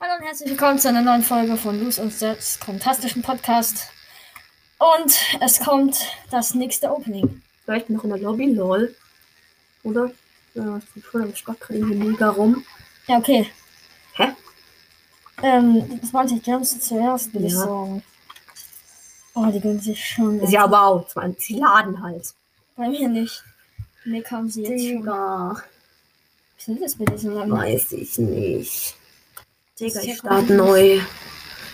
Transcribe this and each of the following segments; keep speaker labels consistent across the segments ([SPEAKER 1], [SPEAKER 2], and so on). [SPEAKER 1] Hallo und herzlich willkommen zu einer neuen Folge von Luz und Sets, fantastischen Podcast. Und es kommt das nächste Opening.
[SPEAKER 2] Vielleicht noch in der Lobby, lol. Oder? Ja, ich bin schon, aber ich schlag gerade irgendwie mega rum.
[SPEAKER 1] Ja, okay.
[SPEAKER 2] Hä?
[SPEAKER 1] Ähm, das wollte ich gerne zuerst, würde ich
[SPEAKER 2] Ja.
[SPEAKER 1] sagen. Oh, die gönnen sich schon.
[SPEAKER 2] Ist ja aber auch 20 Laden halt.
[SPEAKER 1] Bei mir nicht. Mir kamen sie jetzt schon.
[SPEAKER 2] Digga.
[SPEAKER 1] Was sind das mit diesem langen?
[SPEAKER 2] Weiß ich nicht. Digga,
[SPEAKER 1] Sehr
[SPEAKER 2] ich starte
[SPEAKER 1] gut.
[SPEAKER 2] neu.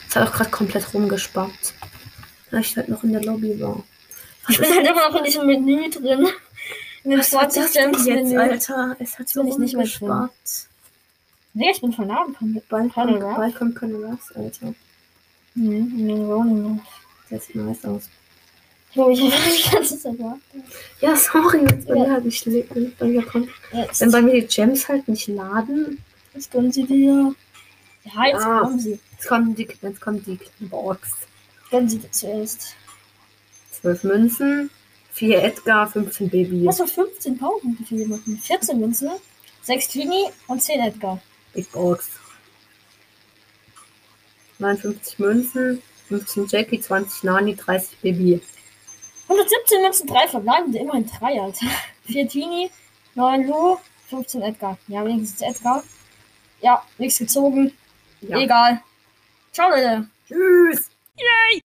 [SPEAKER 2] Es hat auch gerade komplett rumgespackt. Weil ich halt noch in der Lobby war.
[SPEAKER 1] Ich bin halt immer noch in diesem Menü drin. In dem 20 Gems
[SPEAKER 2] jetzt,
[SPEAKER 1] Menü.
[SPEAKER 2] Alter? Es hat so
[SPEAKER 1] Will ich nicht mehr drin.
[SPEAKER 2] rumgespackt.
[SPEAKER 1] Nee, ich bin von Abend komplett.
[SPEAKER 2] Bald
[SPEAKER 1] Keine
[SPEAKER 2] kommt,
[SPEAKER 1] Ahnung.
[SPEAKER 2] bald kommt keine Raps, Alter.
[SPEAKER 1] Nee, nee, auch nicht mehr.
[SPEAKER 2] Das sieht nice aus.
[SPEAKER 1] Ich glaube, ich habe die ganze Zeit gehabt.
[SPEAKER 2] Ja, sorry, jetzt bei
[SPEAKER 1] Ja.
[SPEAKER 2] mir halt nicht le- bei mir kommt.
[SPEAKER 1] Jetzt.
[SPEAKER 2] Wenn bei mir die Gems halt nicht laden,
[SPEAKER 1] Jetzt gönnen sie dir. Ja, jetzt
[SPEAKER 2] Ah.
[SPEAKER 1] kommen sie.
[SPEAKER 2] jetzt kommt die, jetzt kommt die Box.
[SPEAKER 1] Gönnen sie dir zuerst.
[SPEAKER 2] 12 Münzen, 4 Edgar, 15 Baby.
[SPEAKER 1] Was für 15 Pauken für jemanden? 14 Münzen, 6 Queenie und 10 Edgar.
[SPEAKER 2] Big Box. 59 Münzen, 15 Jackie, 20 Nani, 30 Baby.
[SPEAKER 1] 117 Münzen, 3 verbleibende, immerhin 3, Alter. 4 Queenie, 9 Lu, 15 Edgar. Ja, wenigstens Edgar. Ja, nichts gezogen.
[SPEAKER 2] Ja.
[SPEAKER 1] Egal. Ciao, Leute.
[SPEAKER 2] Tschüss!